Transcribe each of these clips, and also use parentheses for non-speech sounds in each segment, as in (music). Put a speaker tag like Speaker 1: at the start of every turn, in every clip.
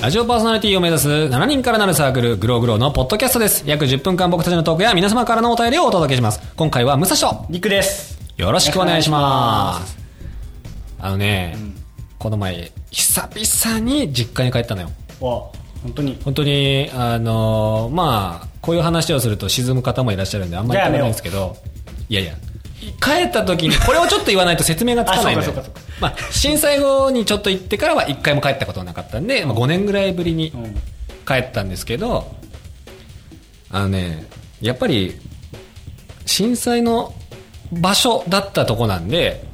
Speaker 1: ラジオパーソナリティを目指す7人からなるサークル、グローグローのポッドキャストです。約10分間僕たちのトークや皆様からのお便りをお届けします。今回は武蔵と、
Speaker 2: りくです
Speaker 1: よろしくお願いします。あのね、この前、久々に実家に帰ったのよ。
Speaker 2: わ本当に
Speaker 1: 本当に、あのーまあ、こういう話をすると沈む方もいらっしゃるんで、あんまり
Speaker 2: じゃあ
Speaker 1: 言わない
Speaker 2: やめようん
Speaker 1: ですけど、いやいや、帰った時に、これをちょっと言わないと説明がつかないの
Speaker 2: あそ
Speaker 1: よ
Speaker 2: うかそうかそう。
Speaker 1: まあ、震災後にちょっと行ってからは一回も帰ったことなかったんで、まあ、5年ぐらいぶりに
Speaker 2: うん
Speaker 1: 帰ったんですけど、あのね、やっぱり、震災の場所だったとこなんで、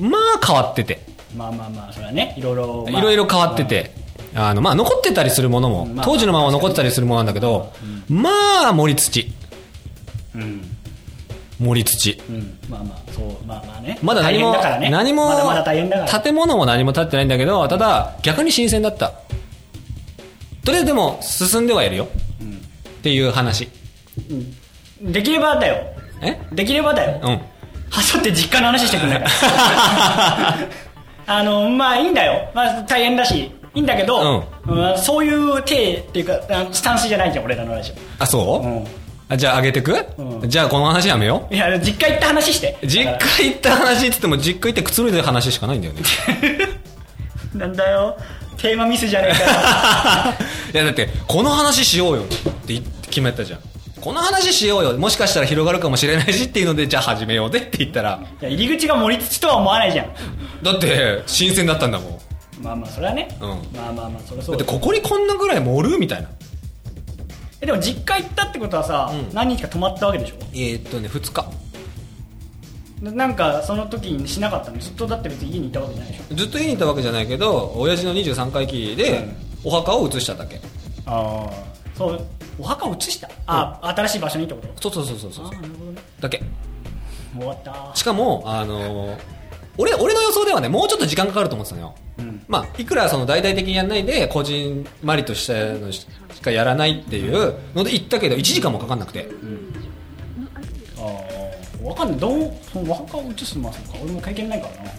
Speaker 1: まあ変わってて。
Speaker 2: まあまあまあそれはねいろいろまあ
Speaker 1: いろいろ変わってて、あの、まあ、残ってたりするものも、
Speaker 2: まあまあ
Speaker 1: 当時のまま残ってたりするものなんだけど、まあ、盛り土。
Speaker 2: うん
Speaker 1: 盛り土。
Speaker 2: うんまあまあそうまあまあね
Speaker 1: まだ何も
Speaker 2: 大変だから、ね
Speaker 1: 何も、
Speaker 2: まだまだ大変だから
Speaker 1: 建物も何も建ってないんだけど、ただ、逆に新鮮だった。とりあえずでも、進んではいるよ。っていう話。
Speaker 2: うんできればだよ
Speaker 1: え
Speaker 2: できればだよ、
Speaker 1: うん。
Speaker 2: はしょって実家の話してく
Speaker 1: (laughs)
Speaker 2: んだからあのまあいいんだよ、まあ、大変だしいいんだけど、うんそういう体っていうかあスタンスじゃないじゃん俺らのラジ
Speaker 1: あ、そう、
Speaker 2: オ、うん
Speaker 1: あじゃあ、上げてく、
Speaker 2: うん
Speaker 1: じゃあ、この話やめよう。
Speaker 2: いや実家行った話して
Speaker 1: 実家行った話って言っても、実家行ってくつろいでる話しかないんだよね。
Speaker 2: なんだよテーマミスじゃね
Speaker 1: (laughs)
Speaker 2: えか
Speaker 1: いやだってこの話しようよって言って決めたじゃんこの話しようよもしかしたら広がるかもしれないしっていうのでじゃあ始めようぜって言ったら
Speaker 2: いや入り口が森土とは思わないじゃん
Speaker 1: だって新鮮だったんだもん
Speaker 2: まあまあそれはね、
Speaker 1: うん
Speaker 2: まあまあまあそれはそ
Speaker 1: だって
Speaker 2: うだよ
Speaker 1: ここにこんなぐらい盛るみたいな
Speaker 2: えでも実家行ったってことはさ、
Speaker 1: うん
Speaker 2: 何日か泊まったわけでしょ
Speaker 1: えーっとね2日
Speaker 2: ななんかその時にしなかったのずっとだって別に家にいたわけじゃないでしょ
Speaker 1: ずっと家にいたわけじゃないけど親父の23回忌でお墓を移しただけ
Speaker 2: ああそうお墓を移したあ、新しい場所にってこと
Speaker 1: そうそうそうそうそう
Speaker 2: ああなるほどね
Speaker 1: だけ
Speaker 2: もう終わっ
Speaker 1: しかもあのー俺俺の予想ではねもうちょっと時間かかると思ってたのよ
Speaker 2: たうん
Speaker 1: まあ、いくらその大々的にやらないで、こじんまりとしたのしかやらないっていうので行ったけど、1時間もかかんなくて。
Speaker 2: ああわかんないどうそのお墓を移すますか俺も経験ないからな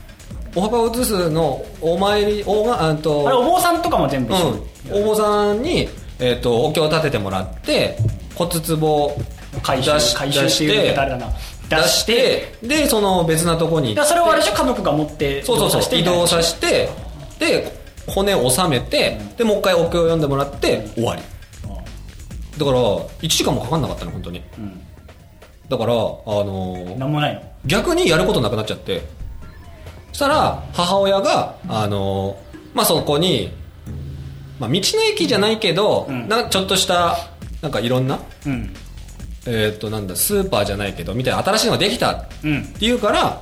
Speaker 1: お墓を移すの、お参り、おが、あん
Speaker 2: あれお
Speaker 1: と、
Speaker 2: 坊さんとかも全部
Speaker 1: う
Speaker 2: 一緒
Speaker 1: ん、お坊さんに、えっ、と、お経を立ててもらって、骨壺を
Speaker 2: 回収
Speaker 1: 出し
Speaker 2: 回収っていう言い方あれだな
Speaker 1: 出して、で、その別なとこに
Speaker 2: だからそれをあれでしょ家族が持って
Speaker 1: そうそうそう、移動させて、で、骨を収めて、で、もう一回お経を読んでもらって、終わり。だから、1時間もかかんなかったの、本当に。
Speaker 2: うん
Speaker 1: だから、あのー
Speaker 2: なんもないの
Speaker 1: 逆にやることなくなっちゃってそしたら母親があのまあそこに、まあ、道の駅じゃないけど、
Speaker 2: うん
Speaker 1: なんかちょっとしたなんかいろんな
Speaker 2: うん
Speaker 1: えーっとなんだスーパーじゃないけどみたいな新しいのができたっ
Speaker 2: うん
Speaker 1: ていうから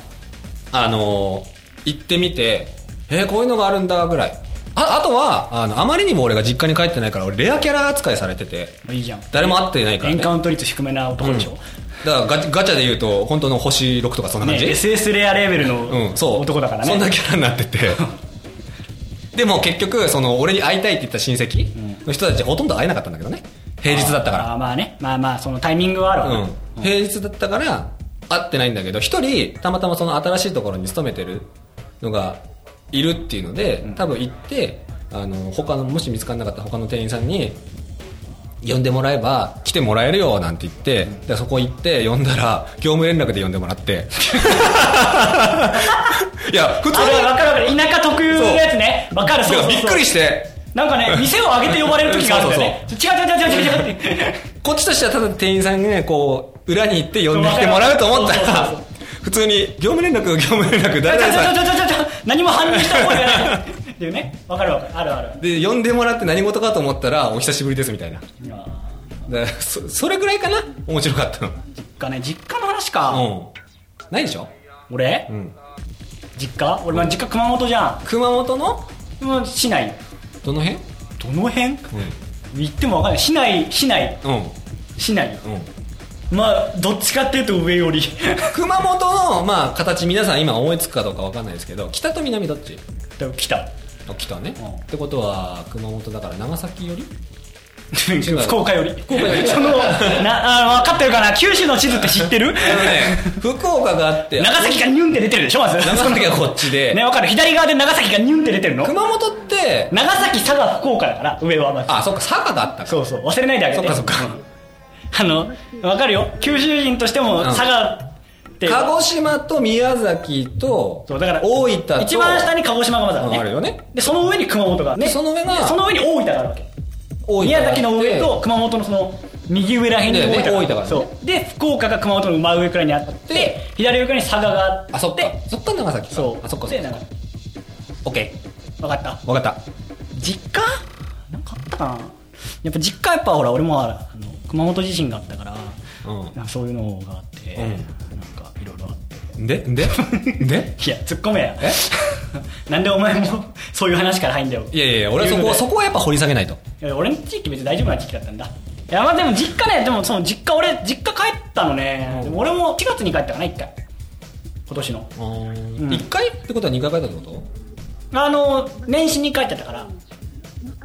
Speaker 1: あの行ってみてえーこういうのがあるんだぐらいああとはあのあまりにも俺が実家に帰ってないから俺レアキャラ扱いされてて
Speaker 2: いいじゃん
Speaker 1: 誰も会ってないから、
Speaker 2: エン
Speaker 1: ね、
Speaker 2: カウント率低めな男でしょ、
Speaker 1: だからガチガチャで言うと本当の星6とかそんな
Speaker 2: ね
Speaker 1: 感じ、
Speaker 2: SS レアレベルの
Speaker 1: うん、そう
Speaker 2: 男だからね、
Speaker 1: そんなキャラにな
Speaker 2: (laughs)
Speaker 1: っててでも結局その俺に会いたいって言った親戚の人たちほとんど会えなかったんだけどね平日だった
Speaker 2: あ
Speaker 1: か
Speaker 2: ーまあねまあまあそのタイミングはある
Speaker 1: らう
Speaker 2: わな、
Speaker 1: ん平日だったから会ってないんだけど一人たまたまその新しいところに勤めてるのがいるっていうので多分行ってあの他のもし見つからなかった他の店員さんに呼んでもらえば来てもらえるよなんて言ってでそこ行って呼んだら業務連絡で呼んでもらって
Speaker 2: (laughs)
Speaker 1: いや普通
Speaker 2: あ
Speaker 1: に
Speaker 2: れは分かる分かる田舎特有のやつね分かるそうそうそう
Speaker 1: びっくりして
Speaker 2: なんかね店を挙げて呼ばれる時があるんだよねちょ違う違う違う違う違う違う
Speaker 1: こっちとしてはただ店員さんがねこう裏に行って呼んできてもらうと思ったら
Speaker 2: そうそうそう
Speaker 1: 普通に業務連絡業務連絡
Speaker 2: ちょ
Speaker 1: 誰
Speaker 2: ちょ
Speaker 1: 々
Speaker 2: ち
Speaker 1: さ
Speaker 2: ょちょちょちょ何も反応した覚えがないっていうね分かる分かるあるある
Speaker 1: んで呼んでもらって何事かと思ったらお久しぶりですみたいない
Speaker 2: やー
Speaker 1: でそそれぐらいかな面白かった
Speaker 2: がね実家の話か、
Speaker 1: のうんないでしょ、
Speaker 2: 俺、
Speaker 1: うん、
Speaker 2: 実家俺まあ実家熊本じゃ
Speaker 1: 熊本の
Speaker 2: ん、もう市内
Speaker 1: どの辺うん
Speaker 2: どの辺言っても分かんない市内市内
Speaker 1: うん
Speaker 2: 市内
Speaker 1: うん
Speaker 2: まあどっちかっていうと上
Speaker 1: (laughs)
Speaker 2: より
Speaker 1: 熊本の、まあ、形皆さん今思いつくかどうかわかんないですけど北と南どっち
Speaker 2: でも来た
Speaker 1: あ北ね、
Speaker 2: うん
Speaker 1: ってことは熊本だから長崎寄り
Speaker 2: 福岡より
Speaker 1: 福岡より
Speaker 2: そのな (laughs) あ分かってるかな九州の地図って知ってる
Speaker 1: あの
Speaker 2: (laughs)
Speaker 1: ね、福岡があって、
Speaker 2: 長崎がニュンって出てるでしょまず
Speaker 1: 長崎がこっちで、
Speaker 2: (laughs) ね分かる左側で長崎がニュンって出てるの
Speaker 1: 熊本って、
Speaker 2: 長崎佐賀福岡だから上はまず
Speaker 1: あ、そっか、佐賀があったか。
Speaker 2: そうそう忘れないであげ
Speaker 1: そ
Speaker 2: て
Speaker 1: っかそっか
Speaker 2: (laughs) あの分かるよ九州人としても
Speaker 1: ん
Speaker 2: 佐賀って
Speaker 1: 鹿児島と宮崎と、
Speaker 2: そうだから
Speaker 1: 大分と、
Speaker 2: 一番下に鹿児島がまずあるね
Speaker 1: うんあるよね
Speaker 2: でその上に熊本があるね
Speaker 1: でその上が
Speaker 2: でその上に大分があるわけ
Speaker 1: 大分
Speaker 2: 宮崎の上と熊本のその右上らへんに
Speaker 1: だよね
Speaker 2: 大分が
Speaker 1: 大
Speaker 2: あ
Speaker 1: 分があるね
Speaker 2: そうで福岡が熊本の真上くらいにあって
Speaker 1: で
Speaker 2: 左上くらいに佐賀があって
Speaker 1: あ、そっか。そっか、長崎か。
Speaker 2: そう
Speaker 1: あ、そっか、そ
Speaker 2: で
Speaker 1: っ
Speaker 2: なん
Speaker 1: か
Speaker 2: か。
Speaker 1: オッケ
Speaker 2: 分かった
Speaker 1: ー。わかった。
Speaker 2: 実家なんかあったかなやっぱ実家やっぱほら俺もあの熊本地震があったから、
Speaker 1: うん
Speaker 2: なんかそういうのがあって、
Speaker 1: うん
Speaker 2: なんかいろいろあって
Speaker 1: で、
Speaker 2: (laughs)
Speaker 1: で、で
Speaker 2: いや突っ込めや (laughs) なんでお前もそういう話から入んだよ
Speaker 1: いやいやいや、俺はそ
Speaker 2: 言う
Speaker 1: こ
Speaker 2: の
Speaker 1: は、
Speaker 2: で
Speaker 1: そこはやっぱ掘り下げないと。
Speaker 2: いや俺の地域別に大丈夫な地域だったんだいやまあでも実家ねでもその実家俺実家帰ったのね、
Speaker 1: うん
Speaker 2: でも俺も4月に帰ったかな1回今年のん
Speaker 1: 1回ってことは2回書いたってこ
Speaker 2: あの年始に帰っちゃったから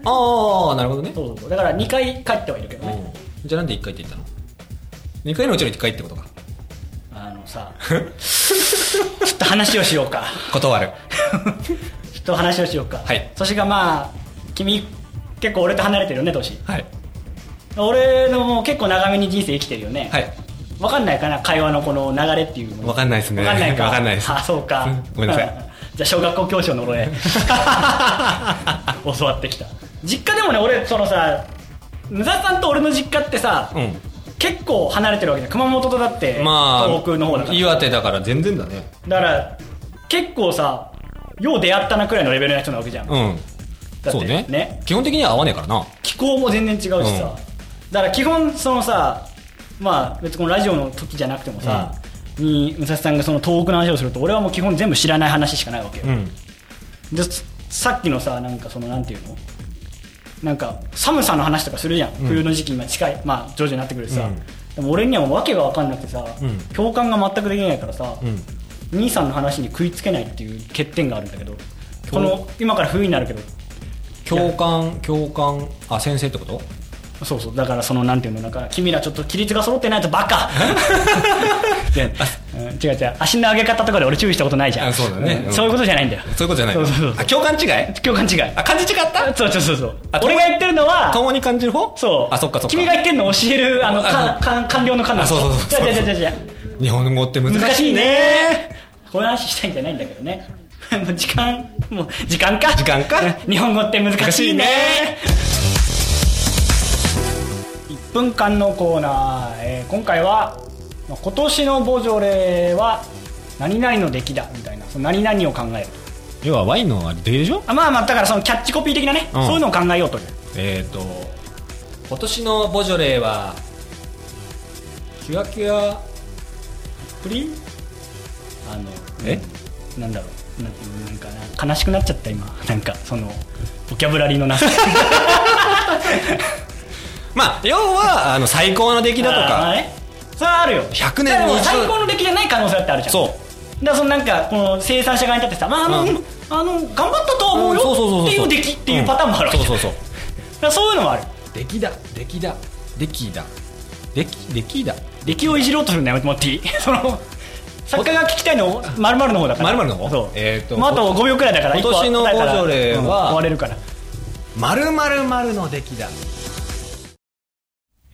Speaker 1: とああ、なるほどね。
Speaker 2: そうそうそうだから2回帰ってはいるけどね、
Speaker 1: うんじゃあなんで1回って言ったの ?2 回のうちの1回ってことか。
Speaker 2: あのさちょっと話をしようか
Speaker 1: 断
Speaker 2: (laughs)
Speaker 1: る。
Speaker 2: ちょっと話をしようか
Speaker 1: はい
Speaker 2: 年がまあ君結構俺と離れてるよね年
Speaker 1: はい。
Speaker 2: 俺のもう結構長めに人生生きてるよね
Speaker 1: はい。
Speaker 2: 分かんないかな会話のこの流れっていうもの
Speaker 1: わかんないですね
Speaker 2: わかんないか
Speaker 1: わかんないです
Speaker 2: あそうか
Speaker 1: うんごめんなさい
Speaker 2: (laughs) じゃあ小学 (laughs) 校教師の呪い教わってきた実家でもね俺そのさ野沢さんと俺の実家ってさ、
Speaker 1: う
Speaker 2: 結構離れてるわけじゃん熊本とだって、
Speaker 1: ん。まあ、
Speaker 2: 東北の方だから
Speaker 1: 岩手だから全然だね。
Speaker 2: だから結構さよう出会ったなくらいのレベルな人なわけじゃん、
Speaker 1: うん。
Speaker 2: だって
Speaker 1: そうね基本的には合わねえからな。
Speaker 2: 気候も全然違うしさ、
Speaker 1: うん
Speaker 2: だから基本そのさまあ別にこのラジオの時じゃなくてもさ、に武蔵さんがその東北の話をすると俺はもう基本全部知らない話しかないわけよ、
Speaker 1: うん。
Speaker 2: でささっきのさなんかそのなんていうのなんか寒さの話とかするじゃん、冬の時期に今近いまあ徐々になってくるしさ、
Speaker 1: うん
Speaker 2: でも俺にはもう訳が分かんなくてさ、
Speaker 1: うん
Speaker 2: 共感が全くできないからさ、
Speaker 1: うん。
Speaker 2: 兄さんの話に食いつけないっていう欠点があるんだけどこの今から冬になるけど
Speaker 1: 共感、共感、あ、先生ってこと
Speaker 2: そうそうだからそのなんていうのだから君らちょっと規律が揃ってないとバカでうん違う違う足の上げ方とかで俺注意したことないじゃん
Speaker 1: あそうだねうん
Speaker 2: そういうことじゃないんだよ
Speaker 1: そういうことじゃない
Speaker 2: そうそうそう
Speaker 1: あ、共感違い
Speaker 2: 共感違い
Speaker 1: あ、漢字違った
Speaker 2: そうそうそうそう
Speaker 1: あ
Speaker 2: 俺が言ってるのは
Speaker 1: 共に感じる方
Speaker 2: そう
Speaker 1: あ、そっかそっか。
Speaker 2: 君が言ってるの教えるあの
Speaker 1: あ
Speaker 2: かか官僚の官
Speaker 1: あそうそうそう
Speaker 2: 違う違う違う違う
Speaker 1: 日本語って難しい。
Speaker 2: 難しいね (laughs) この話したいんじゃないんだけどね (laughs) もう時間もう時間か
Speaker 1: 時間か
Speaker 2: (laughs) 日本語って難しいね1分間のコーナー、えー今回はまあ今年のボジョレーは何々の出来だみたいなその何々を考える
Speaker 1: 要はワインのあれできるでしょ
Speaker 2: あまあまあだからそのキャッチコピー的なね、
Speaker 1: うん
Speaker 2: そういうのを考えようという
Speaker 1: えっ、ー、と今年のボジョレーはキュアキュア
Speaker 2: プリンあの
Speaker 1: え
Speaker 2: うんなんだろうななんかな悲しくなっちゃった今なんかそのボキャブラリーのなさ
Speaker 1: まあ要はあの最高の出来だと
Speaker 2: あー
Speaker 1: か
Speaker 2: ねそれはあるよ
Speaker 1: 100年に一度
Speaker 2: でも最高の出来じゃない可能性だってあるじゃん
Speaker 1: そう
Speaker 2: だからそのなんかこの生産者側に立ってさ、まああの
Speaker 1: うん
Speaker 2: あの頑張ったとは思う
Speaker 1: うん
Speaker 2: よ
Speaker 1: そうそうそうそう
Speaker 2: っていう出来っていうパターンもあるわけ
Speaker 1: うん
Speaker 2: じゃん
Speaker 1: そうそうそう
Speaker 2: だからそういうのもある
Speaker 1: 出来だ出来だ出来だ出来出来だ
Speaker 2: 出来をいじろうとするのやめてもらっていい (laughs) その作家が聞きたいのまるまるの方だから
Speaker 1: 〇〇の方
Speaker 2: そう、
Speaker 1: えーと
Speaker 2: まあ、あと5秒くらいだから
Speaker 1: 今年の
Speaker 2: 一個答えたら
Speaker 1: ボジョレーは
Speaker 2: うん終われるから
Speaker 1: 丸丸丸の出来だ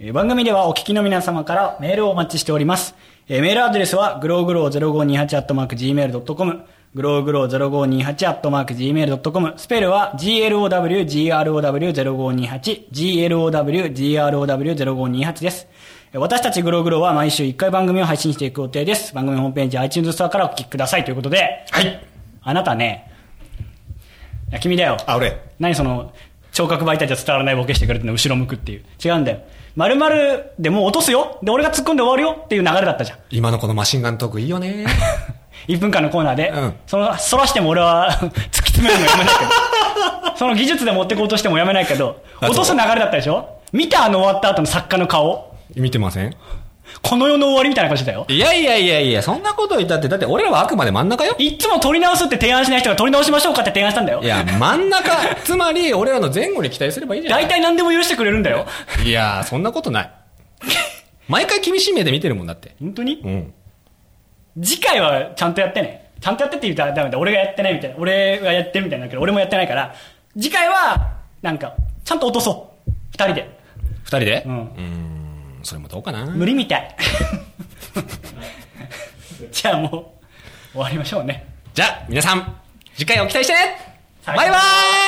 Speaker 2: えー番組ではお聞きの皆様からメールをお待ちしております。えーメールアドレスは、グローグロー 0528-gmail.com、グローグロー 0528-gmail.com、スペルは glowgrow0528、glowgrow0528 です。えー私たちグローグローは毎週1回番組を配信していく予定です。番組ホームページ、iTunes ストアからお聞きくださいということで、
Speaker 1: はい
Speaker 2: あなたね、いや君だよ。
Speaker 1: あ俺
Speaker 2: 何その聴覚媒体じゃ伝わらないボケしてくれてんの後ろ向くっていう違うんだよ丸々でもう落とすよで俺が突っ込んで終わるよっていう流れだったじゃん
Speaker 1: 今のこのマシンガントークいいよ (laughs) ね
Speaker 2: 1分間のコーナーで、
Speaker 1: うん
Speaker 2: そのそらしても俺は (laughs) 突き詰めるのやめないけどその技術で持ってこうとしてもやめないけど
Speaker 1: あそう
Speaker 2: 落とす流れだったでしょ見たあの終わった後の作家の顔
Speaker 1: 見てません
Speaker 2: この世の終わりみたいな顔してたよ。
Speaker 1: いやいやいやいや、そんなこと言ったって、だって俺らはあくまで真ん中よ。
Speaker 2: いっつも取り直すって提案しない人が取り直しましょうかって提案したんだよ
Speaker 1: い。や、真ん中、つまり俺らの前後に期待すればいいじゃない
Speaker 2: 大体何でも許してくれるんだよ。
Speaker 1: いや、そんなことない。毎回厳しい目で見てるもんだって。
Speaker 2: 本当に
Speaker 1: うん。
Speaker 2: 次回はちゃんとやってね。ちゃんとやってって言ったらダメだ。俺がやってないみたいな。俺がやってるみたいになるけど、俺もやってないから、次回は、なんか、ちゃんと落とそう。二人で。
Speaker 1: 二人で
Speaker 2: うん
Speaker 1: んそれもどうかな。
Speaker 2: 無理みた (laughs) い。じゃあもう、終わりましょうね。
Speaker 1: じゃあ、皆さん、次回お期待してね
Speaker 2: さよ
Speaker 1: バ
Speaker 2: な
Speaker 1: イ
Speaker 2: ら
Speaker 1: バーイ